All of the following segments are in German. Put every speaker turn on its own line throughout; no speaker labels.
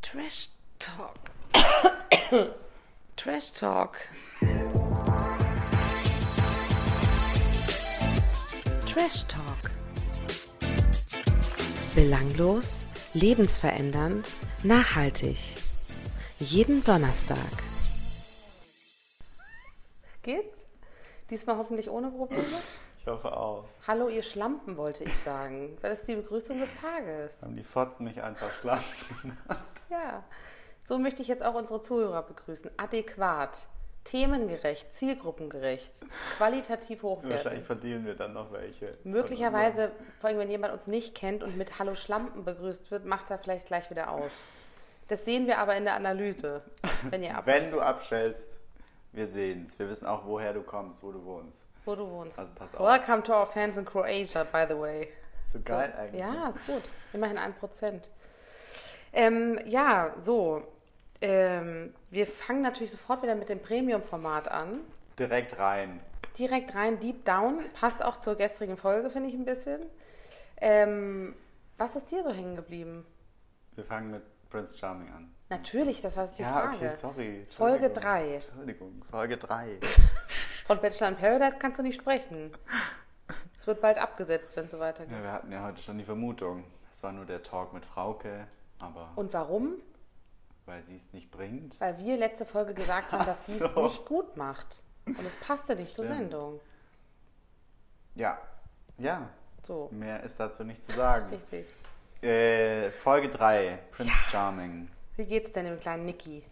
Trash Talk. Trash Talk. Trash Talk. Belanglos, lebensverändernd, nachhaltig. Jeden Donnerstag. Geht's? Diesmal hoffentlich ohne Probleme.
Ich hoffe auch.
Hallo, ihr Schlampen, wollte ich sagen. Weil das ist die Begrüßung des Tages.
Haben die Fotzen mich einfach schlafen.
Ja, so möchte ich jetzt auch unsere Zuhörer begrüßen. Adäquat, themengerecht, zielgruppengerecht, qualitativ
Wahrscheinlich
hochwertig.
verdienen wir dann noch welche.
Möglicherweise, vor allem wenn jemand uns nicht kennt und mit Hallo Schlampen begrüßt wird, macht er vielleicht gleich wieder aus. Das sehen wir aber in der Analyse, wenn ihr ab,
Wenn du abschellst, wir sehen's. Wir wissen auch, woher du kommst, wo du wohnst.
wo du wohnst.
Also pass auf.
Welcome to our fans in Croatia, by the way.
So geil eigentlich.
Ja, ist gut. Immerhin ein Prozent. Ähm, ja, so. Ähm, wir fangen natürlich sofort wieder mit dem Premium-Format an.
Direkt rein.
Direkt rein, deep down. Passt auch zur gestrigen Folge, finde ich ein bisschen. Ähm, was ist dir so hängen geblieben?
Wir fangen mit Prince Charming an.
Natürlich, das war jetzt die
ja,
Frage.
okay, sorry.
Folge
Entschuldigung.
drei.
Entschuldigung, Folge 3.
Von Bachelor in Paradise kannst du nicht sprechen. Es wird bald abgesetzt, wenn es so weitergeht.
Ja, wir hatten ja heute schon die Vermutung. Es war nur der Talk mit Frauke, aber
Und warum?
weil sie es nicht bringt.
Weil wir letzte Folge gesagt haben, dass sie es
so.
nicht gut macht. Und es passte nicht zur
Stimmt.
Sendung.
Ja, ja.
So,
Mehr ist dazu nicht zu sagen.
richtig.
Äh, Folge 3, Prince Charming.
Wie geht's denn dem kleinen Niki?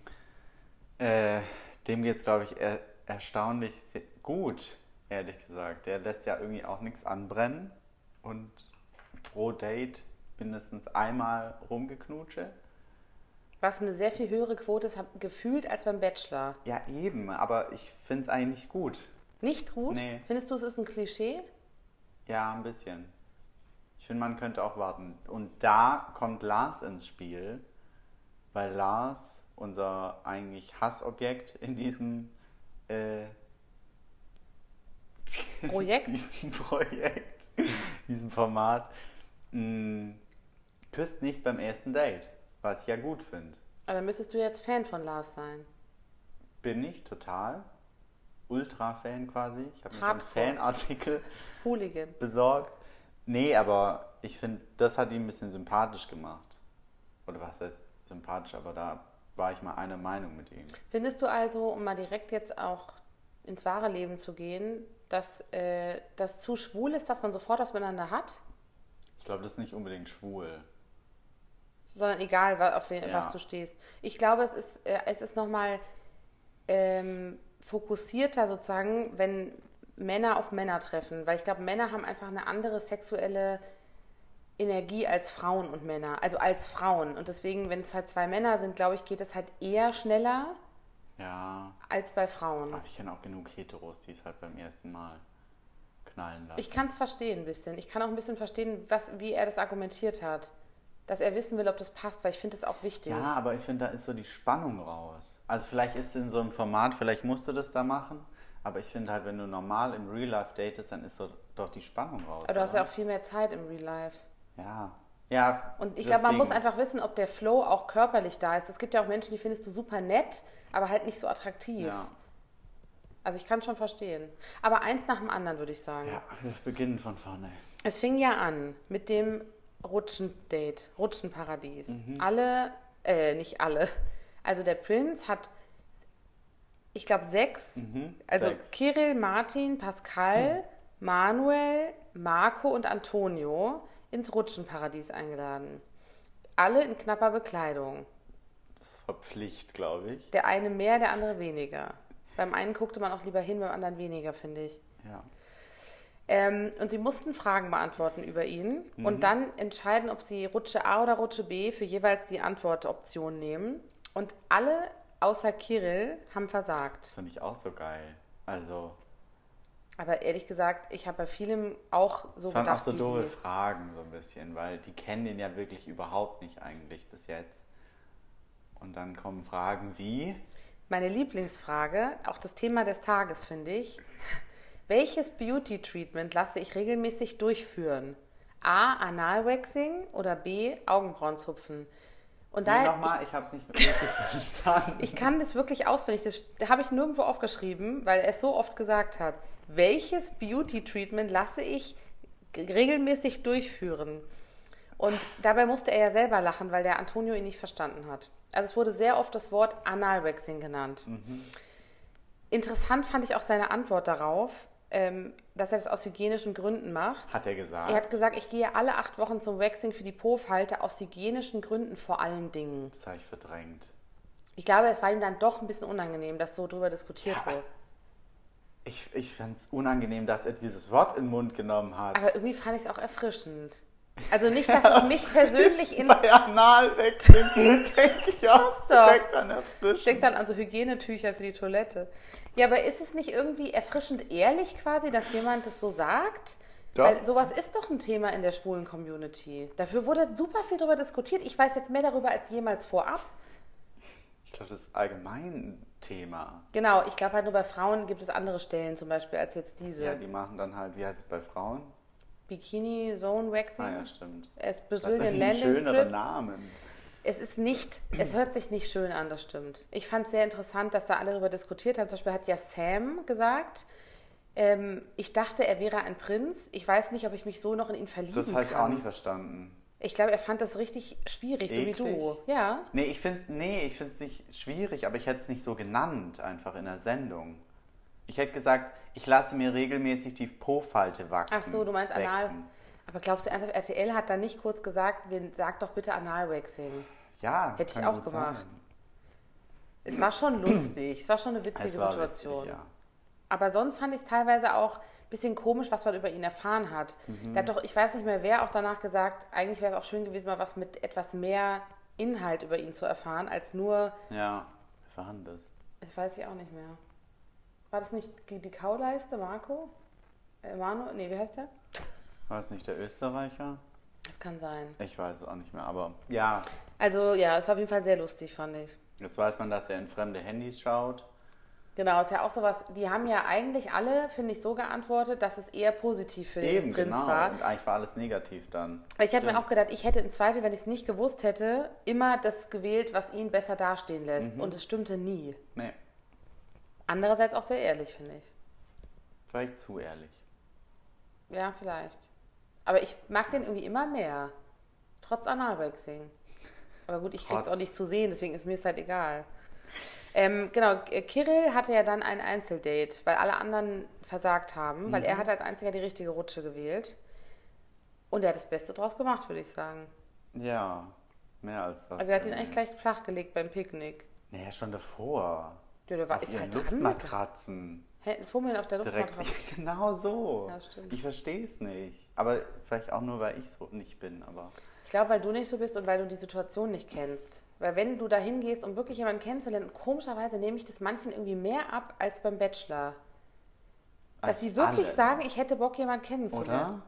Äh, dem geht's, glaube ich, er erstaunlich se- gut, ehrlich gesagt. Der lässt ja irgendwie auch nichts anbrennen. Und pro Date mindestens einmal rumgeknutsche.
Was eine sehr viel höhere Quote ist, hab, gefühlt als beim Bachelor.
Ja, eben, aber ich finde es eigentlich gut.
Nicht gut?
Nee.
Findest du, es ist ein Klischee?
Ja, ein bisschen. Ich finde, man könnte auch warten. Und da kommt Lars ins Spiel, weil Lars unser eigentlich Hassobjekt in diesem, äh,
Projekt?
diesem Projekt, diesem Format, mh, küsst nicht beim ersten Date, was ich ja gut finde.
Aber dann müsstest du jetzt Fan von Lars sein.
Bin ich total. Ultra-Fan quasi. Ich habe mir schon einen
Hardcore.
Fanartikel
Hooligan.
besorgt. Nee, aber ich finde, das hat ihn ein bisschen sympathisch gemacht. Oder was heißt sympathisch, aber da war ich mal einer Meinung mit ihm.
Findest du also, um mal direkt jetzt auch ins wahre Leben zu gehen, dass äh, das zu schwul ist, dass man sofort was miteinander hat?
Ich glaube, das ist nicht unbedingt schwul.
Sondern egal, wa- auf wen,
Ja.
was du stehst. Ich glaube, es ist, äh, es ist nochmal ähm, fokussierter sozusagen, wenn Männer auf Männer treffen. Weil ich glaube, Männer haben einfach eine andere sexuelle Energie als Frauen und Männer. Also als Frauen. Und deswegen, wenn es halt zwei Männer sind, glaube ich, geht es halt eher schneller
Ja,
als bei Frauen.
aber ich kenne auch genug Heteros, die es halt beim ersten Mal knallen lassen.
Ich kann es verstehen ein bisschen. Ich kann auch ein bisschen verstehen, was, wie er das argumentiert hat. Dass er wissen will, ob das passt, weil ich finde das auch wichtig.
ja, aber ich finde, da ist so die Spannung raus. Also vielleicht ist in so einem Format, vielleicht musst du das da machen, aber ich finde halt, wenn du normal im Real Life datest, dann ist so doch die Spannung raus.
Aber du hast ja auch
oder?
viel mehr Zeit im Real Life.
Ja. Ja.
Und ich glaube, man
deswegen.
muss einfach wissen, ob der Flow auch körperlich da ist. Es gibt ja auch Menschen, die findest du super nett, aber halt nicht so attraktiv.
Ja.
Also ich kann schon verstehen. Aber eins nach dem anderen, würde ich sagen.
Ja, wir beginnen von vorne.
Es fing ja an mit dem Rutschendate, Rutschenparadies. Alle, äh, nicht alle. Also der Prinz hat, ich glaube, sechs. also
sechs.
Kirill, Martin, Pascal, Manuel, Marco und Antonio ins Rutschenparadies eingeladen. Alle in knapper Bekleidung.
Das war Pflicht, glaube ich.
Der eine mehr, der andere weniger. Beim einen guckte man auch lieber hin, beim anderen weniger, finde ich.
Ja.
Ähm, und sie mussten Fragen beantworten über ihn
Mhm.
und dann entscheiden, ob sie Rutsche A oder Rutsche B für jeweils die Antwortoption nehmen. Und alle außer Kirill haben versagt.
Das finde ich auch so geil. Also,
Aber ehrlich gesagt, ich habe bei vielem auch so
es waren auch
gedacht,
so
wie
doofe
die.
Fragen, so ein bisschen, weil die kennen den ja wirklich überhaupt nicht eigentlich bis jetzt. Und dann kommen Fragen wie,
Meine Lieblingsfrage, auch das Thema des Tages, finde ich. Welches Beauty-Treatment lasse ich regelmäßig durchführen? A. Analwaxing oder B. Augenbrauenzupfen? Und
Nee,
daher,
nochmal, ich habe es nicht wirklich verstanden.
ich, ich kann das wirklich auswendig, das habe ich nirgendwo aufgeschrieben, weil er es so oft gesagt hat. Welches Beauty-Treatment lasse ich g- regelmäßig durchführen? Und dabei musste er ja selber lachen, weil der Antonio ihn nicht verstanden hat. Also es wurde sehr oft das Wort Analwaxing genannt. Interessant fand ich auch seine Antwort darauf, ähm, dass er das aus hygienischen Gründen macht.
Hat er gesagt.
Er hat gesagt, ich gehe alle acht Wochen zum Waxing für die Po-Falte aus hygienischen Gründen vor allen Dingen.
das habe ich verdrängt.
Ich glaube, es war ihm dann doch ein bisschen unangenehm, dass so drüber diskutiert
Ja, aber-
wurde.
Ich, ich fand es unangenehm, dass er dieses Wort in den Mund genommen hat.
Aber irgendwie fand ich es auch erfrischend. Also nicht, dass es mich persönlich in.
Bei Analwechsel denke ich auch
doch.
direkt an
Ich
Erfrischung.
denke dann an so Hygienetücher für die Toilette. Ja, aber ist es nicht irgendwie erfrischend ehrlich quasi, dass jemand das so sagt?
Doch.
Weil sowas ist doch ein Thema in der schwulen Community. Dafür wurde super viel darüber diskutiert. Ich weiß jetzt mehr darüber als jemals vorab.
Ich glaube, das ist allgemein ein Thema.
Genau, ich glaube halt nur bei Frauen gibt es andere Stellen zum Beispiel als jetzt diese.
Ja, die machen dann halt, wie heißt es bei Frauen?
Bikini Zone Waxing.
Ah ja, stimmt.
Es
Das ist
Brazilian
ein
Landing
schönerer
Strip.
Namen.
Es ist nicht, es hört sich nicht schön an, das stimmt. Ich fand es sehr interessant, dass da alle darüber diskutiert haben. Zum Beispiel hat ja Sam gesagt, ähm, ich dachte, er wäre ein Prinz. Ich weiß nicht, ob ich mich so noch in ihn verlieben
Das habe
kann.
ich auch nicht verstanden.
Ich glaube, er fand das richtig schwierig, so wie du.
Eklig.
Ja.
Nee, ich finde es nee, ich find's nicht schwierig, aber ich hätte es nicht so genannt, einfach in der Sendung. Ich hätte gesagt, ich lasse mir regelmäßig die Po-Falte wachsen.
Ach so, du meinst Anal.
wachsen.
Aber glaubst du ernsthaft, RTL hat da nicht kurz gesagt, wir- sag doch bitte Analwaxing.
Ja,
Hätte ich
kann
auch
gut
gemacht.
sein.
Es war schon lustig, es war schon eine
Es
witzige
war
Situation.
Witzig, ja.
Aber sonst fand ich es teilweise auch ein bisschen komisch, was man über ihn erfahren hat.
Mhm.
Da hat doch, ich weiß nicht mehr wer, auch danach gesagt, eigentlich wäre es auch schön gewesen, mal was mit etwas mehr Inhalt über ihn zu erfahren, als nur,
Ja, wir waren das.
das weiß ich auch nicht mehr. War das nicht die, die Kauleiste, Marco? Äh, Manu? Nee, wie heißt der?
War das nicht der Österreicher?
Das kann sein.
Ich weiß es auch nicht mehr, aber ja,
Also ja, es war auf jeden Fall sehr lustig, fand ich.
jetzt weiß man, dass er in fremde Handys schaut.
Genau, ist ja auch sowas, die haben ja eigentlich alle, finde ich, so geantwortet, dass es eher positiv für den
Eben,
Prinz
genau.
war.
Und eigentlich war alles negativ dann.
Weil ich habe mir
Stimmt.
auch gedacht, ich hätte im Zweifel, wenn ich es nicht gewusst hätte, immer das gewählt, was ihn besser dastehen lässt.
Mhm.
Und es stimmte nie.
Nee,
Andererseits auch sehr ehrlich, finde ich.
vielleicht zu ehrlich.
Ja, vielleicht. Aber ich mag den irgendwie immer mehr. Trotz Analwaxing. Aber gut, ich krieg's
Trotz.
auch nicht zu sehen, deswegen ist mir es halt egal. Ähm, genau, K- Kirill hatte ja dann ein Einzeldate, weil alle anderen versagt haben, weil
Mhm.
er hat als einziger die richtige Rutsche gewählt. Und er hat das Beste draus gemacht, würde ich sagen.
Ja, mehr als das.
Also er hat ihn
irgendwie.
eigentlich gleich flachgelegt beim Picknick.
Nee, schon davor.
Ja, der war,
Auf
ist
ihren
halt dran.
Luftmatratzen.
Hä, Fummeln auf der
Direkt.
Luftmatratze.
genau so.
Ja, stimmt.
Ich verstehe es nicht. Aber vielleicht auch nur, weil ich so nicht bin. Aber
Ich glaube, weil du nicht so bist und weil du die Situation nicht kennst. Weil wenn du da hingehst, um wirklich jemanden kennenzulernen, komischerweise nehme ich das manchen irgendwie mehr ab als beim Bachelor. Dass
Als
die wirklich
alle,
sagen, ich hätte Bock, jemanden
Oder?
kennenzulernen.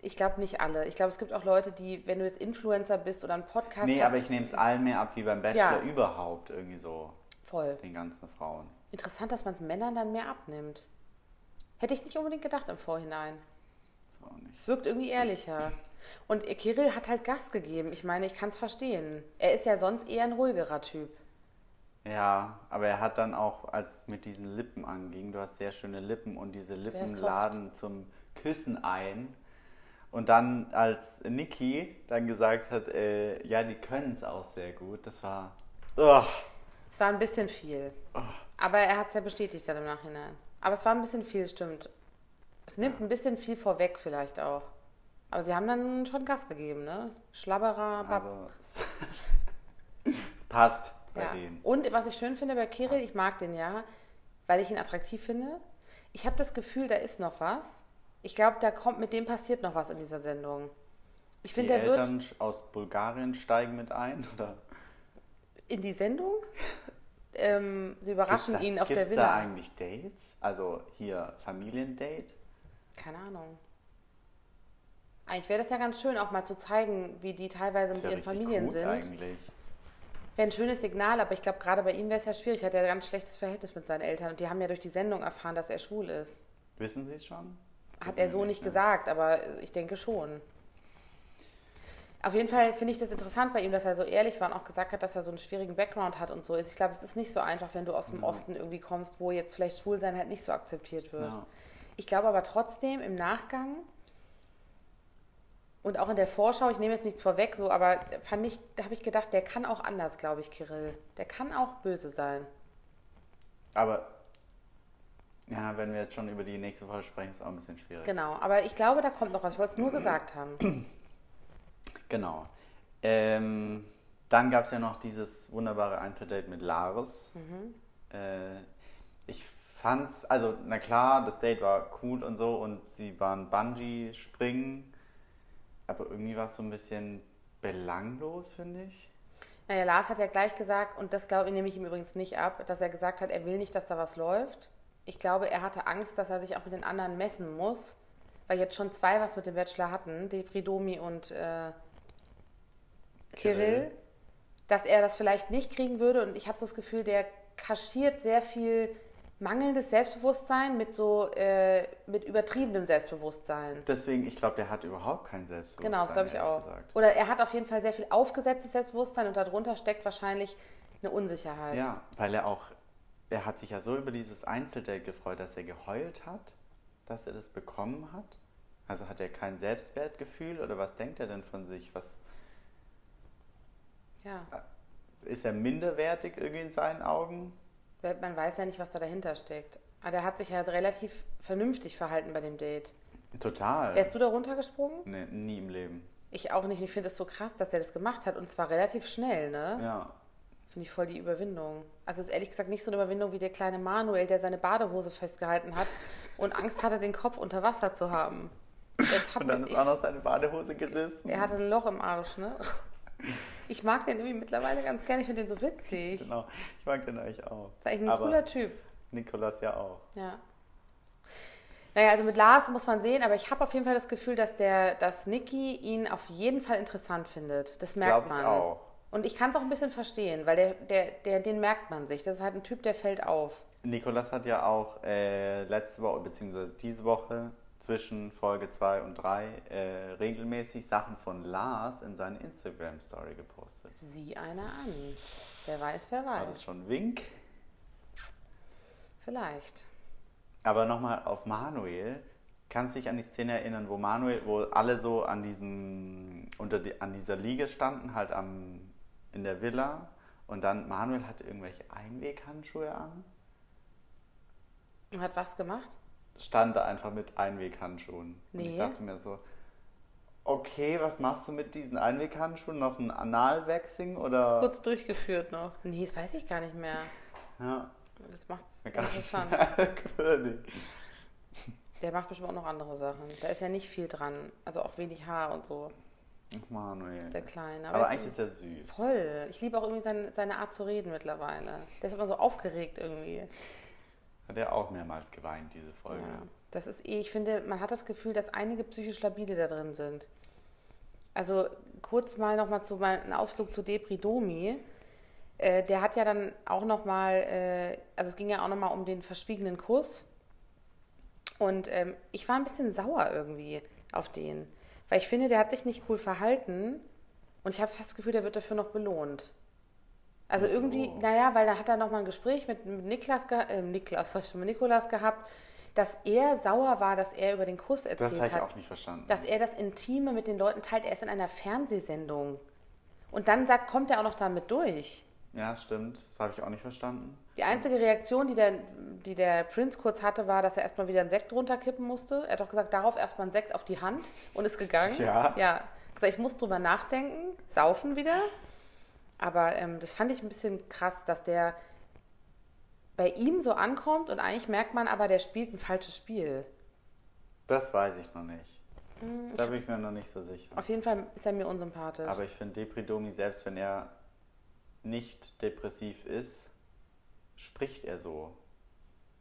Ich glaube nicht alle. Ich glaube, es gibt auch Leute, die, wenn du jetzt Influencer bist oder einen Podcast
Nee,
hast,
aber ich nehme es allen mehr ab wie beim
Ja.
Bachelor überhaupt. Irgendwie so.
voll.
Den ganzen Frauen.
Interessant, dass man es Männern dann mehr abnimmt. Hätte ich nicht unbedingt gedacht im Vorhinein.
Das war auch nicht.
Es wirkt irgendwie ehrlicher. Und Kirill hat halt Gas gegeben. Ich meine, ich kann es verstehen. Er ist ja sonst eher ein ruhigerer Typ.
Ja, aber er hat dann auch, als es mit diesen Lippen anging, du hast sehr schöne Lippen und diese Lippen
soft.
laden zum Küssen ein. Und dann, als Niki dann gesagt hat, äh, ja, die können es auch sehr gut, das war. Ugh.
Es war ein bisschen viel. Aber er hat es ja bestätigt dann im Nachhinein. Aber es war ein bisschen viel, stimmt. Es nimmt ein bisschen viel vorweg vielleicht auch. Aber sie haben dann schon Gas gegeben, ne? Schlabberer, Bab.
Also, es, es passt bei
ja.
denen.
Und was ich schön finde bei Kirill, ich mag den ja, weil ich ihn attraktiv finde. Ich habe das Gefühl, da ist noch was. Ich glaube, da kommt mit dem passiert noch was in dieser Sendung. Ich
Die
finde, der wird
Eltern aus Bulgarien steigen mit ein, oder?
in die Sendung. Ähm, sie überraschen
Gibt's da-
ihn auf der
gibt's da
Villa.
eigentlich Dates? Also hier Familiendate?
Keine Ahnung. Eigentlich wäre das ja ganz schön, auch mal zu zeigen, wie die teilweise
Das
mit
wär
ihren
richtig
Familien
cool
sind.
eigentlich.
Wäre ein schönes Signal, aber ich glaube, gerade bei ihm wäre es ja schwierig. Er hat ja ein ganz schlechtes Verhältnis mit seinen Eltern und die haben ja durch die Sendung erfahren, dass er schwul ist.
Wissen Sie ne? es schon?
Hat
Wissen
er
Sie
so nicht
ne?
gesagt, aber ich denke schon. Auf jeden Fall finde ich das interessant bei ihm, dass er so ehrlich war und auch gesagt hat, dass er so einen schwierigen Background hat und so ist. Ich glaube, es ist nicht so einfach, wenn du aus dem Osten irgendwie kommst, wo jetzt vielleicht Schwulsein halt nicht so akzeptiert wird.
Ja.
Ich glaube aber trotzdem im Nachgang und auch in der Vorschau, ich nehme jetzt nichts vorweg, so, aber fand ich, da habe ich gedacht, der kann auch anders, glaube ich, Kirill. Der kann auch böse sein.
Aber ja, wenn wir jetzt schon über die nächste Folge sprechen, ist auch ein bisschen schwierig.
Genau, aber ich glaube, da kommt noch was. Ich wollte es nur gesagt haben.
Genau. Ähm, dann gab es ja noch dieses wunderbare Einzeldate mit Laris.
Mhm.
Äh, ich fand's, also na klar, das Date war cool und so und sie waren Bungee springen, aber irgendwie war es so ein bisschen belanglos, finde ich.
Naja, Lars hat ja gleich gesagt, und das glaube ich, nehme ich ihm übrigens nicht ab, dass er gesagt hat, er will nicht, dass da was läuft. Ich glaube, er hatte Angst, dass er sich auch mit den anderen messen muss, weil jetzt schon zwei was mit dem Bachelor hatten, Depri Domi und äh, Kirill,
Kirill.
dass er das vielleicht nicht kriegen würde. Und ich habe so das Gefühl, der kaschiert sehr viel mangelndes Selbstbewusstsein mit so äh, mit übertriebenem Selbstbewusstsein.
Deswegen, ich glaube, der hat überhaupt kein Selbstbewusstsein.
Genau, das glaube ich
ehrlich
auch.
Gesagt.
Oder er hat auf jeden Fall sehr viel aufgesetztes Selbstbewusstsein und darunter steckt wahrscheinlich eine Unsicherheit.
Ja, weil er auch, er hat sich ja so über dieses Einzeldate gefreut, dass er geheult hat, dass er das bekommen hat. Also hat er kein Selbstwertgefühl oder was denkt er denn von sich? Was
ja.
ist er minderwertig irgendwie in seinen Augen?
Weil Man weiß ja nicht, was da dahinter steckt. Aber der hat sich ja relativ vernünftig verhalten bei dem Date.
Total.
Wärst du da runtergesprungen?
nee, nie im Leben.
Ich auch nicht. Ich finde es so krass, dass der das gemacht hat. Und zwar relativ schnell, ne?
Ja.
Finde ich voll die Überwindung. Also ist ehrlich gesagt nicht so eine Überwindung wie der kleine Manuel, der seine Badehose festgehalten hat und Angst hatte, den Kopf unter Wasser zu haben. Das hat
Und dann
mich-
ist auch noch seine Badehose gerissen.
Er hatte ein Loch im Arsch, ne? Ich mag den irgendwie mittlerweile ganz gerne. Ich finde den so witzig. Das
Genau. Ich mag den eigentlich auch.
ist eigentlich ein
Aber
cooler Typ.
Nikolas ja auch.
Ja. Naja, also mit Lars muss man sehen, aber ich habe auf jeden Fall das Gefühl, dass der, dass Niki ihn auf jeden Fall interessant findet. Das merkt
Glaub ich
man.
auch.
Und ich kann es auch ein bisschen verstehen, weil der, der, der, den merkt man sich. Das ist halt ein Typ, der fällt auf.
Nikolas hat ja auch äh, letzte Woche, beziehungsweise diese Woche, zwischen Folge 2 und 3 äh, regelmäßig Sachen von Lars in seine Instagram-Story gepostet.
Sieh einer an. Wer weiß, wer
War
weiß.
das schon ein Wink?
Vielleicht.
Aber nochmal auf Manuel. Kannst du dich an die Szene erinnern, wo Manuel, wo alle so an diesem, unter die, an dieser Liege standen, halt am, in der Villa und dann Manuel hatte irgendwelche Einweghandschuhe an?
Und hat was gemacht?
stand da einfach mit Einweghandschuhen. Und ich
Nee.
dachte mir so, okay, was machst du mit diesen Einweghandschuhen? Noch ein Analwaxing oder?
Kurz durchgeführt noch. Nee, das weiß ich gar nicht mehr.
Ja,
Das macht's
ganz
interessant.
merkwürdig.
Der macht bestimmt auch noch andere Sachen. Da ist ja nicht viel dran. Also auch wenig Haar und so,
Ach, Manuel.
der Kleine.
Aber
es-
eigentlich ist er süß.
Toll. Ich liebe auch irgendwie seine, seine Art zu reden mittlerweile. Der ist immer so aufgeregt irgendwie.
Hat er auch mehrmals geweint, diese Folge.
Ja. Das ist eh, ich finde, man hat das Gefühl, dass einige psychisch labile da drin sind. Also kurz mal nochmal zu meinem Ausflug zu Depri Domi. Äh, der hat ja dann auch nochmal, äh, also es ging ja auch nochmal um den verschwiegenen Kuss. Und ähm, ich war ein bisschen sauer irgendwie auf den. Weil ich finde, der hat sich nicht cool verhalten und ich habe fast das Gefühl, der wird dafür noch belohnt. Also
Ach so.
irgendwie, naja, weil da hat er nochmal ein Gespräch mit, mit Niklas, ge äh, Niklas, sag ich schon, mit Nikolas gehabt, dass er sauer war, dass er über den Kuss erzählt
Das habe ich
hat
auch nicht verstanden.
dass er halt das Intime mit den Leuten teilt. Er ist in einer Fernsehsendung. Und dann sagt, kommt er auch noch damit durch.
ja, stimmt. Das habe ich auch nicht verstanden.
Die einzige Reaktion, die der, die der Prinz kurz hatte, war, dass er erstmal wieder einen Sekt runterkippen musste. Er hat doch gesagt, darauf erstmal einen Sekt auf die Hand und ist gegangen.
Ja.
Ja. Gesagt, ich muss drüber nachdenken, saufen wieder. Aber ähm, das fand ich ein bisschen krass, dass der bei ihm so ankommt und eigentlich merkt man aber, der spielt ein falsches Spiel.
Das weiß ich noch nicht.
Mm,
Da bin ich mir noch nicht so sicher.
Auf jeden Fall ist er mir unsympathisch.
Aber ich finde Depridomi, selbst wenn er nicht depressiv ist, spricht er so.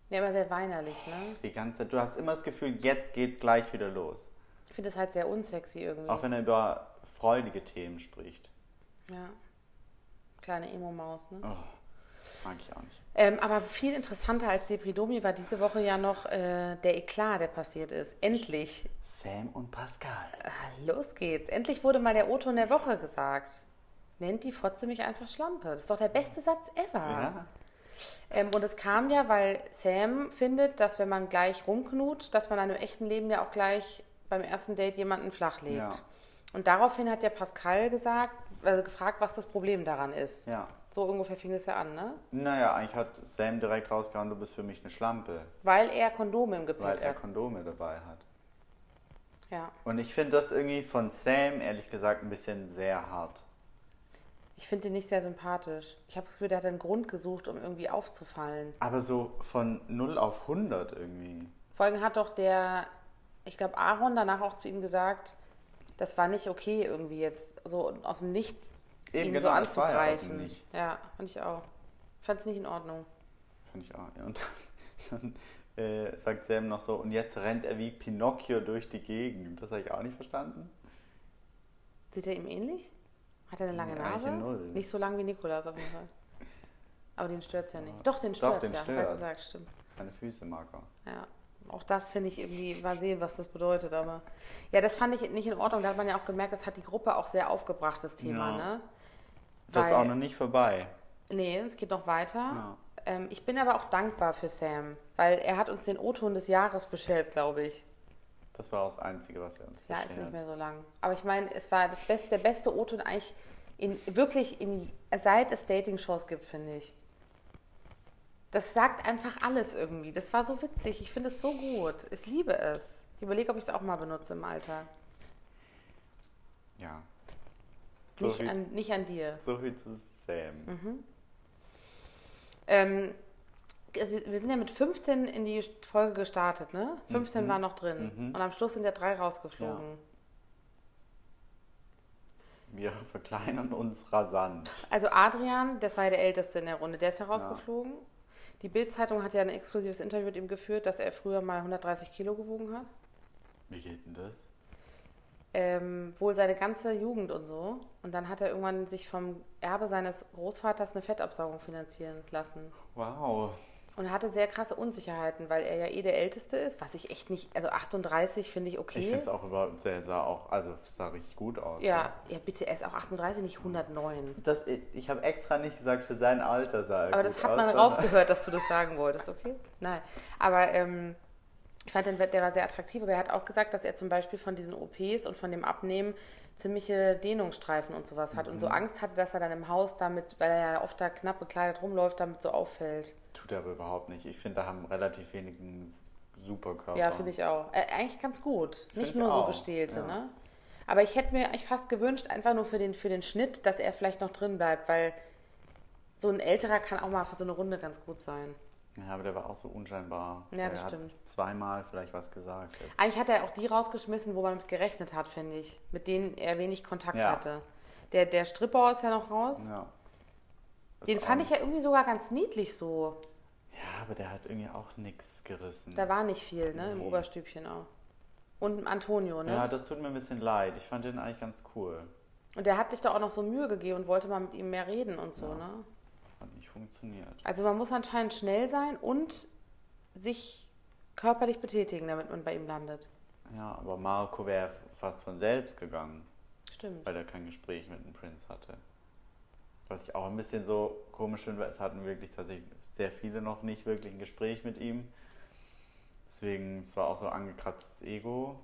ja, immer sehr weinerlich, ne?
Die ganze Zeit. Du hast immer das Gefühl, jetzt geht's gleich wieder los.
Ich finde das halt sehr unsexy irgendwie.
Auch wenn er über freudige Themen spricht.
Ja. Kleine Emo-Maus, ne?
Oh. Mag ich auch nicht.
Ähm, aber viel interessanter als Depridomi war diese Woche ja noch äh, der Eklat, der passiert ist. Endlich.
Sam und Pascal.
Ah, Los geht's. Endlich wurde mal der Otto in der Woche gesagt. Nennt die Fotze mich einfach Schlampe. Das ist doch der beste Satz ever.
Ja.
Ähm, und es kam ja, weil Sam findet, dass wenn man gleich rumknutscht, dass man einem echten Leben ja auch gleich beim ersten Date jemanden flachlegt.
Ja.
Und daraufhin hat ja Pascal gesagt, also gefragt, was das Problem daran ist.
Ja.
So ungefähr fing es ja an, ne?
Naja, eigentlich hat Sam direkt rausgehauen, du bist für mich eine Schlampe,
Weil er Kondome im
weil
Gepäck
er
hat.
Kondome dabei hat.
Ja.
Und ich finde das irgendwie von Sam, ehrlich gesagt, ein bisschen sehr hart.
Ich finde ihn nicht sehr sympathisch. Ich habe das Gefühl, der hat einen Grund gesucht, um irgendwie aufzufallen.
Aber so von 0 auf 100 irgendwie.
Vor allem hat doch der, ich glaube, Aaron danach auch zu ihm gesagt, das war nicht okay irgendwie jetzt so aus dem Nichts
Eben
ihn
genau,
so
das war ja aus dem
anzugreifen.
Nichts.
ja, fand ich auch. Fand es nicht in Ordnung.
Finde ich auch. ja. Und dann äh, sagt Sam noch so, und jetzt rennt er wie Pinocchio durch die Gegend. Das habe ich auch nicht verstanden.
Sieht er ihm ähnlich? Hat er eine lange
Nee, eigentlich
Nase?
null.
Nicht so lang wie Nikolas auf jeden Fall. Aber den stört's ja nicht. Doch, den
Doch,
stört's
den
ja. Hat er
stört's.
gesagt, stimmt.
Seine Füße mag er.
Ja. Auch das finde ich irgendwie, mal sehen, was das bedeutet, aber. Ja, das fand ich nicht in Ordnung. Da hat man ja auch gemerkt, das hat die Gruppe auch sehr aufgebracht, das Thema,
Ja.
ne?
Das ist
Weil-
auch noch nicht vorbei.
Nee, es geht noch weiter.
Ja.
Ähm, ich bin aber auch dankbar für Sam, weil er hat uns den O-Ton des Jahres beschert, glaube ich.
Das war auch das Einzige, was er uns
Ja,
geschenkt
ist nicht
hat.
mehr so lang. Aber ich meine, es war das beste, der beste O-Ton eigentlich in, wirklich in, seit es Dating-Shows gibt, finde ich. Das sagt einfach alles irgendwie. Das war so witzig. Ich finde es so gut. Ich liebe es. Ich überlege, ob ich es auch mal benutze im Alltag.
Ja. So
Nicht
viel,
an, Mhm. nicht an dir.
so viel zu Sam.
Ähm, also wir sind ja mit 15 in die Folge gestartet, ne? 15 war noch drin. Und am Schluss sind ja drei rausgeflogen.
Wir verkleinern uns rasant.
Also Adrian, das war ja der Älteste in der Runde, der ist ja rausgeflogen. Die Bild-Zeitung hat ja ein exklusives Interview mit ihm geführt, dass er früher mal 130 Kilo gewogen hat.
Wie geht denn das?
Ähm, wohl seine ganze Jugend und so. Und dann hat er irgendwann sich vom Erbe seines Großvaters eine Fettabsaugung finanzieren lassen.
Wow.
Und er hatte sehr krasse Unsicherheiten, weil er ja eh der Älteste ist, was ich echt nicht, also 38 finde ich okay.
Ich finde es auch überhaupt, der sah auch, also sah richtig gut aus.
ja, ja, bitte, er ist auch 38, nicht 109.
Das, ich habe extra nicht gesagt, für sein Alter sah er
Aber
gut
das hat
aus,
man
sondern-
rausgehört, dass du das sagen wolltest, okay? Nein. Aber ähm, ich fand den, der war sehr attraktiv, aber er hat auch gesagt, dass er zum Beispiel von diesen OPs und von dem Abnehmen ziemliche Dehnungsstreifen und sowas hat
Mhm.
und so Angst hatte, dass er dann im Haus damit, weil er ja oft da knapp bekleidet rumläuft, damit so auffällt.
Tut er aber überhaupt nicht. Ich finde, da haben relativ wenigen Superkörper.
Ja, finde ich auch. Äh, eigentlich ganz gut. Nicht
Oh ich
nur so
auch,
gestählte,
ja.
ne? Aber ich hätte mir eigentlich fast gewünscht, einfach nur für den, für den Schnitt, dass er vielleicht noch drin bleibt, weil so ein älterer kann auch mal für so eine Runde ganz gut sein.
Ja, aber der war auch so unscheinbar.
Ja, das
der
stimmt.
Hat zweimal vielleicht was gesagt. Jetzt.
Eigentlich hat er auch die rausgeschmissen, wo man mit gerechnet hat, finde ich. Mit denen er wenig Kontakt
Ja.
hatte. Der, der Stripper ist ja noch raus.
Ja.
Den fand ich ja irgendwie sogar ganz niedlich so.
Ja, aber der hat irgendwie auch nichts gerissen.
Da war nicht viel, ne? Im
Nee.
Oberstübchen auch. Und Antonio, ne?
ja, das tut mir ein bisschen leid. Ich fand den eigentlich ganz cool.
Und der hat sich da auch noch so Mühe gegeben und wollte mal mit ihm mehr reden und so, ne?
Hat nicht funktioniert.
Also man muss anscheinend schnell sein und sich körperlich betätigen, damit man bei ihm landet.
Ja, aber Marco wäre fast von selbst gegangen,
Stimmt.
weil er kein Gespräch mit dem Prinz hatte. Was ich auch ein bisschen so komisch finde, weil es hatten wirklich tatsächlich sehr viele noch nicht wirklich ein Gespräch mit ihm. Deswegen, es war auch so angekratztes Ego.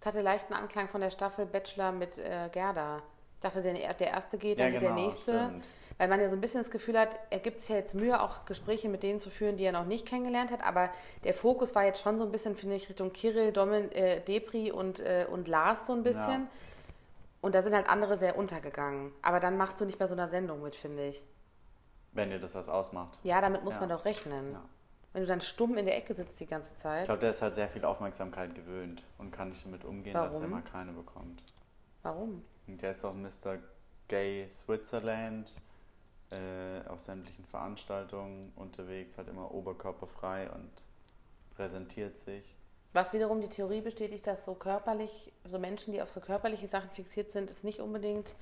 Es hatte leichten Anklang von der Staffel Bachelor mit äh, Gerda. Ich dachte, der, der erste geht, dann
Ja,
geht der
genau,
nächste.
stimmt.
Weil man ja so ein bisschen das Gefühl hat, er gibt sich ja jetzt Mühe, auch Gespräche mit denen zu führen, die er noch nicht kennengelernt hat. Aber der Fokus war jetzt schon so ein bisschen, finde ich, Richtung Kirill, Domin, äh, Depri und, äh, und Lars so ein bisschen.
Ja.
Und da sind halt andere sehr untergegangen. Aber dann machst du nicht bei so einer Sendung mit, finde ich.
Wenn dir das was ausmacht.
Ja, damit muss
Ja.
man doch rechnen.
Ja.
Wenn du dann stumm in der Ecke sitzt die ganze
Ich
Zeit.
glaube, der ist halt sehr viel Aufmerksamkeit gewöhnt und kann nicht damit umgehen, dass er
Warum?
mal keine bekommt.
Warum?
Und der ist auch Mr. Gay Switzerland äh, auf sämtlichen Veranstaltungen unterwegs, halt immer oberkörperfrei und präsentiert sich.
Was wiederum die Theorie bestätigt, dass so körperlich, so Menschen, die auf so körperliche Sachen fixiert sind, es nicht unbedingt,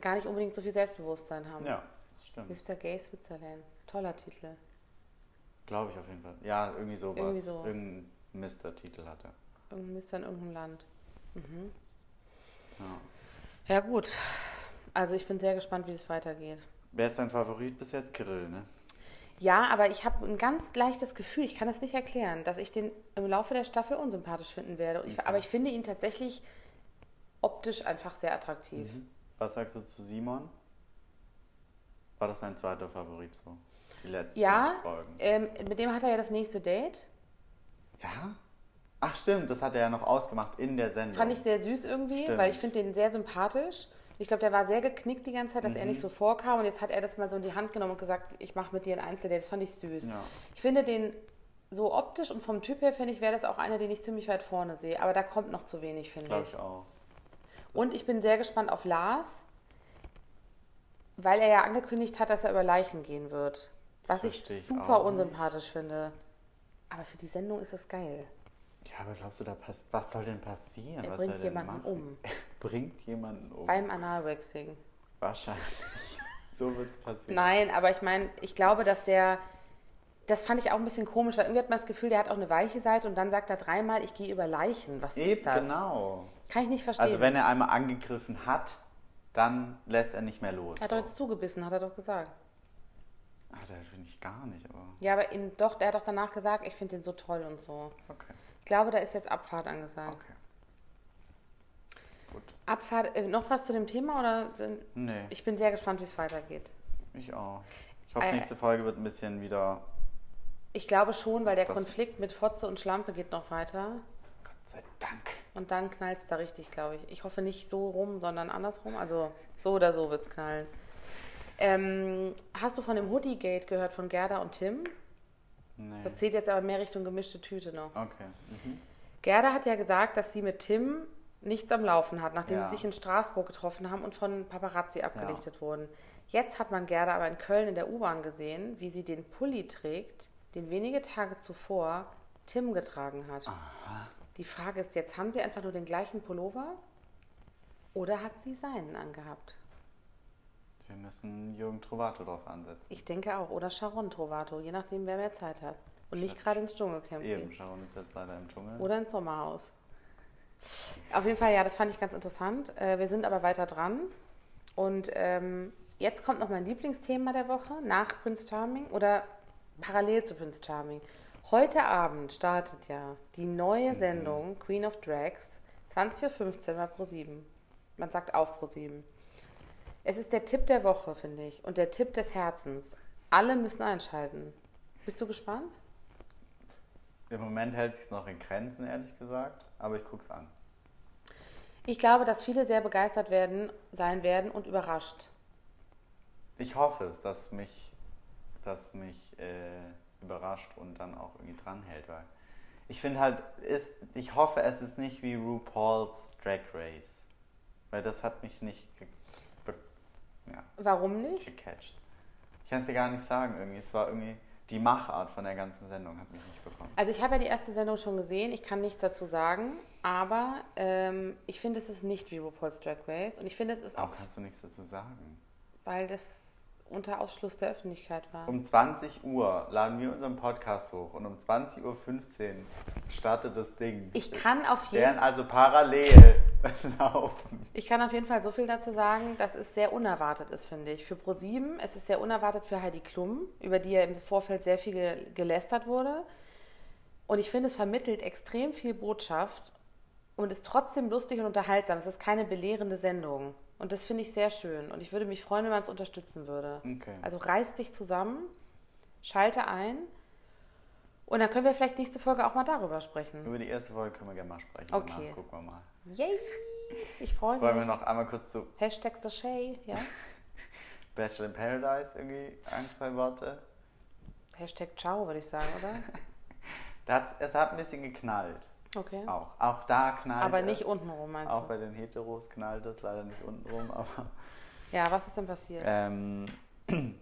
gar nicht unbedingt so viel Selbstbewusstsein haben.
Ja, Das stimmt.
Mr. Gay Switzerland. Toller Titel.
Glaube ich auf jeden Fall. Ja, irgendwie sowas.
Irgendwie so.
Irgendein Mister-Titel hatte.
Irgendein Mr. in irgendeinem Land.
Ja.
Ja, gut. Also ich bin sehr gespannt, wie es weitergeht.
Wer ist dein Favorit bis jetzt? Kirill, ne?
Ja, aber ich habe ein ganz leichtes Gefühl, ich kann das nicht erklären, dass ich den im Laufe der Staffel unsympathisch finden werde. Und Ich, Aber ich finde ihn tatsächlich optisch einfach sehr attraktiv.
Was sagst du zu Simon? War das dein zweiter Favorit so? Die letzten
Ja,
Folgen.
ähm, mit dem hat er ja das nächste Date.
Ja? Ach stimmt, das hat er ja noch ausgemacht in der Sendung.
Fand ich sehr süß irgendwie,
Stimmt.
weil ich finde den sehr sympathisch. Ich glaube, der war sehr geknickt die ganze Zeit, dass
Mhm.
er nicht so vorkam. Und jetzt hat er das mal so in die Hand genommen und gesagt, ich mache mit dir ein Einzeldate. Das fand ich süß.
Ja.
Ich finde den so optisch und vom Typ her, finde ich, wäre das auch einer, den ich ziemlich weit vorne sehe. Aber da kommt noch zu wenig, finde
Glaube
ich.
ich auch.
Und ich bin sehr gespannt auf Lars, weil er ja angekündigt hat, dass er über Leichen gehen wird.
Das
Was ich
verstehe ich
super
auch nicht.
unsympathisch finde. Aber für die Sendung ist es geil.
Ja, aber glaubst du, da pass was soll denn passieren?
Er
was
bringt
soll denn
jemanden
machen?
um.
Bringt jemanden um.
Beim Analwaxing.
Wahrscheinlich. so wird es passieren.
Nein, aber ich meine, ich glaube, dass der. Das fand ich auch ein bisschen komisch, weil irgendwie hat man das Gefühl, der hat auch eine weiche Seite und dann sagt er dreimal, ich gehe über Leichen. Was
Eben
ist das?
genau.
Kann ich nicht verstehen.
Also wenn er einmal angegriffen hat, dann lässt er nicht mehr los.
hat
so.
doch jetzt zugebissen, hat er doch gesagt.
Ach, das finde ich gar nicht, aber
Ja, aber ihn, doch, der hat doch danach gesagt, ich finde den so toll und so.
okay.
Ich glaube, da ist jetzt Abfahrt angesagt.
Okay. Gut.
Abfahrt, äh, noch was zu dem Thema oder? sind-
Nee, ich,
Ich bin sehr gespannt, wie es weitergeht.
auch. Ich hoffe,
Äh,
nächste Folge wird ein bisschen wieder.
Ich glaube schon, weil der
Das-
Konflikt mit Fotze und Schlampe geht noch weiter.
Gott sei Dank.
Und dann knallt es da richtig, glaube ich. Ich hoffe nicht so rum, sondern andersrum. Also so oder so wird es knallen. Ähm, hast du von dem Hoodie-Gate gehört von Gerda und Tim?
Nee.
Das zählt jetzt aber mehr Richtung gemischte Tüte noch.
Okay. Mhm.
Gerda hat ja gesagt, dass sie mit Tim nichts am Laufen hat, nachdem
Ja.
sie sich in Straßburg getroffen haben und von Paparazzi abgelichtet wurden. Jetzt hat man Gerda aber in Köln in der U-Bahn gesehen, wie sie den Pulli trägt, den wenige Tage zuvor Tim getragen hat. Die Frage ist jetzt, haben die einfach nur den gleichen Pullover oder hat sie seinen angehabt?
Wir müssen Jürgen Trovato drauf ansetzen.
Ich denke auch. Oder Sharon Trovato, je nachdem, wer mehr Zeit hat. Und nicht gerade ins Dschungelcamp geht.
Eben, Sharon ist jetzt leider im Dschungel.
Oder ins Sommerhaus. Auf jeden Fall, ja, das fand ich ganz interessant. Äh, wir sind aber weiter dran. Und ähm, jetzt kommt noch mein Lieblingsthema der Woche nach Prince Charming oder parallel zu Prince Charming. Heute Abend startet ja die neue Sendung Queen of Drags, 20.15 Uhr bei Pro7. Man sagt auf Pro7. Es ist der Tipp der Woche, finde ich, und der Tipp des Herzens. Alle müssen einschalten. Bist du gespannt?
Im Moment hält sich noch in Grenzen, ehrlich gesagt. Aber ich guck's an.
Ich glaube, dass viele sehr begeistert werden, sein werden und überrascht.
Ich hoffe es, dass mich, dass mich äh, überrascht und dann auch irgendwie dranhält, weil ich finde halt, ist, ich hoffe, es ist nicht wie RuPaul's Drag Race, weil das hat mich nicht ge be ja,
Warum nicht?
gecatcht. Ich kann es dir gar nicht sagen irgendwie. Es war irgendwie die Machart von der ganzen Sendung hat mich nicht bekommen.
Also ich habe ja die erste Sendung schon gesehen, ich kann nichts dazu sagen, aber ähm, ich finde, es ist nicht wie RuPaul's Drag Race und ich finde, es ist
Auch
auch,
kannst du nichts dazu sagen.
weil das unter Ausschluss der Öffentlichkeit war.
Um 20 Uhr laden wir unseren Podcast hoch und um 20.15 Uhr startet das Ding.
Ich kann auf jeden
Werden also parallel laufen.
Ich kann auf jeden Fall so viel dazu sagen, dass es sehr unerwartet ist, finde ich. Für ProSieben, es ist sehr unerwartet für Heidi Klum, über die ja im Vorfeld sehr viel ge- gelästert wurde. Und ich finde, es vermittelt extrem viel Botschaft und ist trotzdem lustig und unterhaltsam. Es ist keine belehrende Sendung. Und das finde ich sehr schön. Und ich würde mich freuen, wenn man es unterstützen würde.
Okay.
Also reiß dich zusammen, schalte ein. Und dann können wir vielleicht nächste Folge auch mal darüber sprechen.
Über die erste Folge können wir gerne mal sprechen.
Okay.
Danach gucken wir mal.
Yay! Ich freue
Wollen wir
mich.
noch einmal kurz zu
Hashtag The Shay, ja?
Bachelor in Paradise irgendwie ein, zwei Worte?
Hashtag Ciao, würde ich sagen, oder?
Da hat's, es hat ein bisschen geknallt.
Okay.
Auch. Auch da knallt
Aber
es.
nicht untenrum, meinst
Auch
du?
bei den Heteros knallt es leider nicht untenrum, aber.
Ja, was ist denn passiert?
Ähm,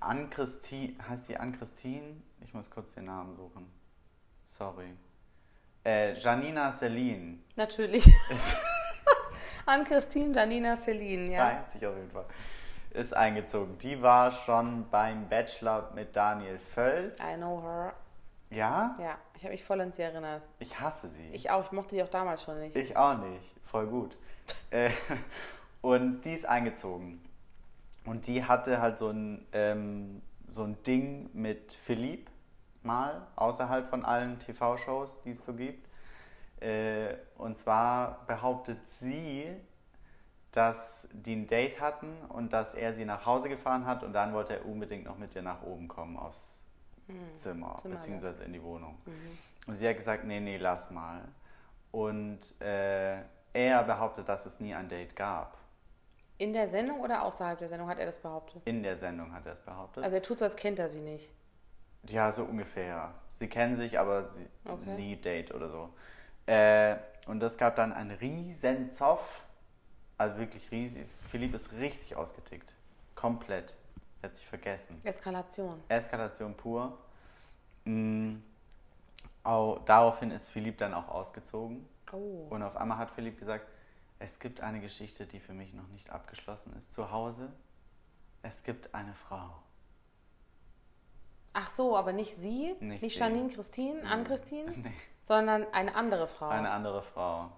Ann Christine, heißt sie Ann Christine? Ich muss kurz den Namen suchen. Sorry. Äh, Janina Celine.
Natürlich. An Christine, Janina, Celine, ja.
Vereint sich auf jeden Fall. ist eingezogen. Die war schon beim Bachelor mit Daniel Völz.
I know her.
Ja?
Ja, ich habe mich voll an sie erinnert.
Ich hasse sie.
Ich auch, ich mochte die auch damals schon nicht.
Ich auch nicht. Voll gut. Äh, und die ist eingezogen. Und die hatte halt so ein, ähm, so ein Ding mit Philipp mal, außerhalb von allen TV-Shows, die es so gibt. Äh, und zwar behauptet sie, dass die ein Date hatten und dass er sie nach Hause gefahren hat und dann wollte er unbedingt noch mit ihr nach oben kommen aufs Zimmer,
Zimmer,
beziehungsweise in die Wohnung. Und sie hat gesagt, nee, nee, lass mal. Und äh, er behauptet, dass es nie ein Date gab.
In der Sendung oder außerhalb der Sendung hat er das behauptet?
In der Sendung hat er es behauptet.
Also er tut so, als kennt er sie nicht.
ja, so ungefähr. Sie kennen sich, aber sie,
Okay.
nie Date oder so. Äh, und es gab dann einen riesen Zoff. Also wirklich riesig. Philipp ist richtig ausgetickt. Komplett. Er hat sich vergessen.
Eskalation.
Eskalation pur. Mm. Au, daraufhin ist Philipp dann auch ausgezogen.
Oh.
Und auf einmal hat Philipp gesagt, es gibt eine Geschichte, die für mich noch nicht abgeschlossen ist. Zu Hause, es gibt eine Frau.
Ach so, aber nicht sie,
Nicht
nicht,
sie.
Janine Christine, an Christine,
Nee.
sondern eine andere Frau.
Eine andere Frau,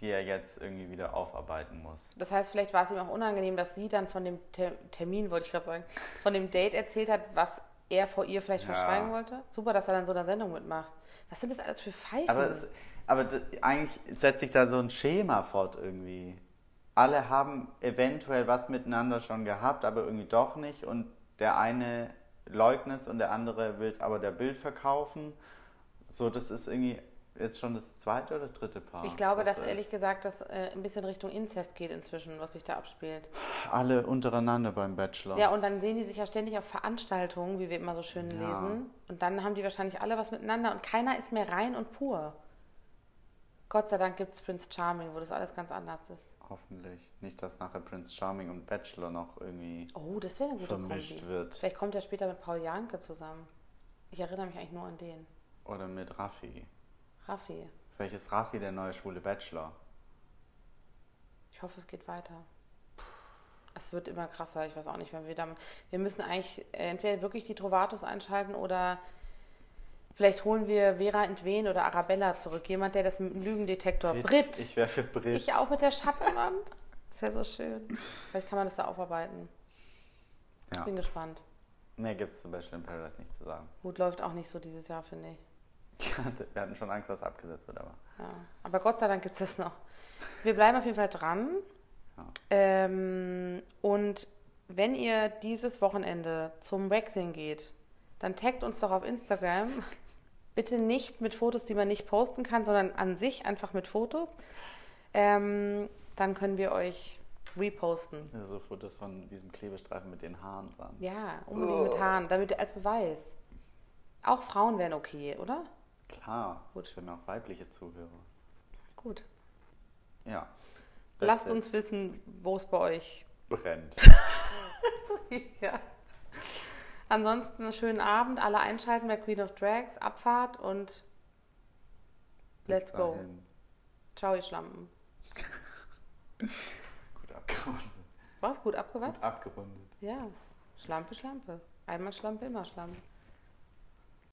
die er jetzt irgendwie wieder aufarbeiten muss.
Das heißt, vielleicht war es ihm auch unangenehm, dass sie dann von dem Ter Termin, wollte ich gerade sagen, von dem Date erzählt hat, was er vor ihr vielleicht
Ja.
verschweigen wollte. Super, dass er dann so einer Sendung mitmacht. Was sind das alles für Pfeifen?
Aber, es, aber d- eigentlich setzt sich da so ein Schema fort irgendwie. Alle haben eventuell was miteinander schon gehabt, aber irgendwie doch nicht. Und der eine leugnet es und der andere will es aber der Bild verkaufen. So, das ist irgendwie jetzt schon das zweite oder dritte Paar.
ich glaube,
das
dass
ist.
ehrlich gesagt das äh, ein bisschen Richtung Inzest geht inzwischen, was sich da abspielt.
Alle untereinander beim Bachelor.
Ja, und dann sehen die sich ja ständig auf Veranstaltungen, wie wir immer so schön lesen. Und dann haben die wahrscheinlich alle was miteinander und keiner ist mehr rein und pur. Gott sei Dank gibt es Prince Charming, wo das alles ganz anders ist.
Hoffentlich. Nicht, dass nachher Prince Charming und Bachelor noch irgendwie
Oh, das wäre eine gute
vermischt
Kombi.
wird.
Vielleicht kommt er später mit Paul Janke zusammen. Ich erinnere mich eigentlich nur an den.
Oder mit Raffi.
Raffi.
Vielleicht ist Raffi der neue schwule Bachelor.
Ich hoffe, es geht weiter. Es wird immer krasser. Ich weiß auch nicht, wenn wir damit. Wir müssen eigentlich entweder wirklich die Trovatos einschalten oder vielleicht holen wir Vera Entwen oder Arabella zurück. Jemand, der das mit dem Lügendetektor. Brit!
Ich wäre für Brit.
Ich auch mit der Schattenwand. Das wäre so schön. Vielleicht kann man das da aufarbeiten.
Ja.
Ich bin gespannt.
Mehr gibt es zum Beispiel in Paradise nicht zu sagen.
Gut, läuft auch nicht so dieses Jahr, finde ich.
Wir hatten schon Angst, dass abgesetzt wird, aber.
Ja. Aber Gott sei Dank gibt es das noch. Wir bleiben auf jeden Fall dran.
Ja.
Ähm, und wenn ihr dieses Wochenende zum Waxing geht, dann taggt uns doch auf Instagram. Bitte nicht mit Fotos, die man nicht posten kann, sondern an sich einfach mit Fotos. Ähm, dann können wir euch reposten.
So Fotos von diesem Klebestreifen mit den Haaren dran.
Ja, unbedingt mit Haaren, damit als Beweis. Auch Frauen wären okay, oder?
Klar, gut, wir haben auch weibliche Zuhörer.
Gut.
Ja.
Lasst
That's it.
uns wissen, wo es bei euch
Brennt.
ja. Ansonsten einen schönen Abend, alle einschalten bei Queen of Drags, Abfahrt und
Bis
Let's go.
dahin.
ciao, ihr Schlampen.
Gut abgerundet.
War's gut abgewascht?
Abgerundet.
Ja. Schlampe, Schlampe. Einmal Schlampe, immer Schlampe.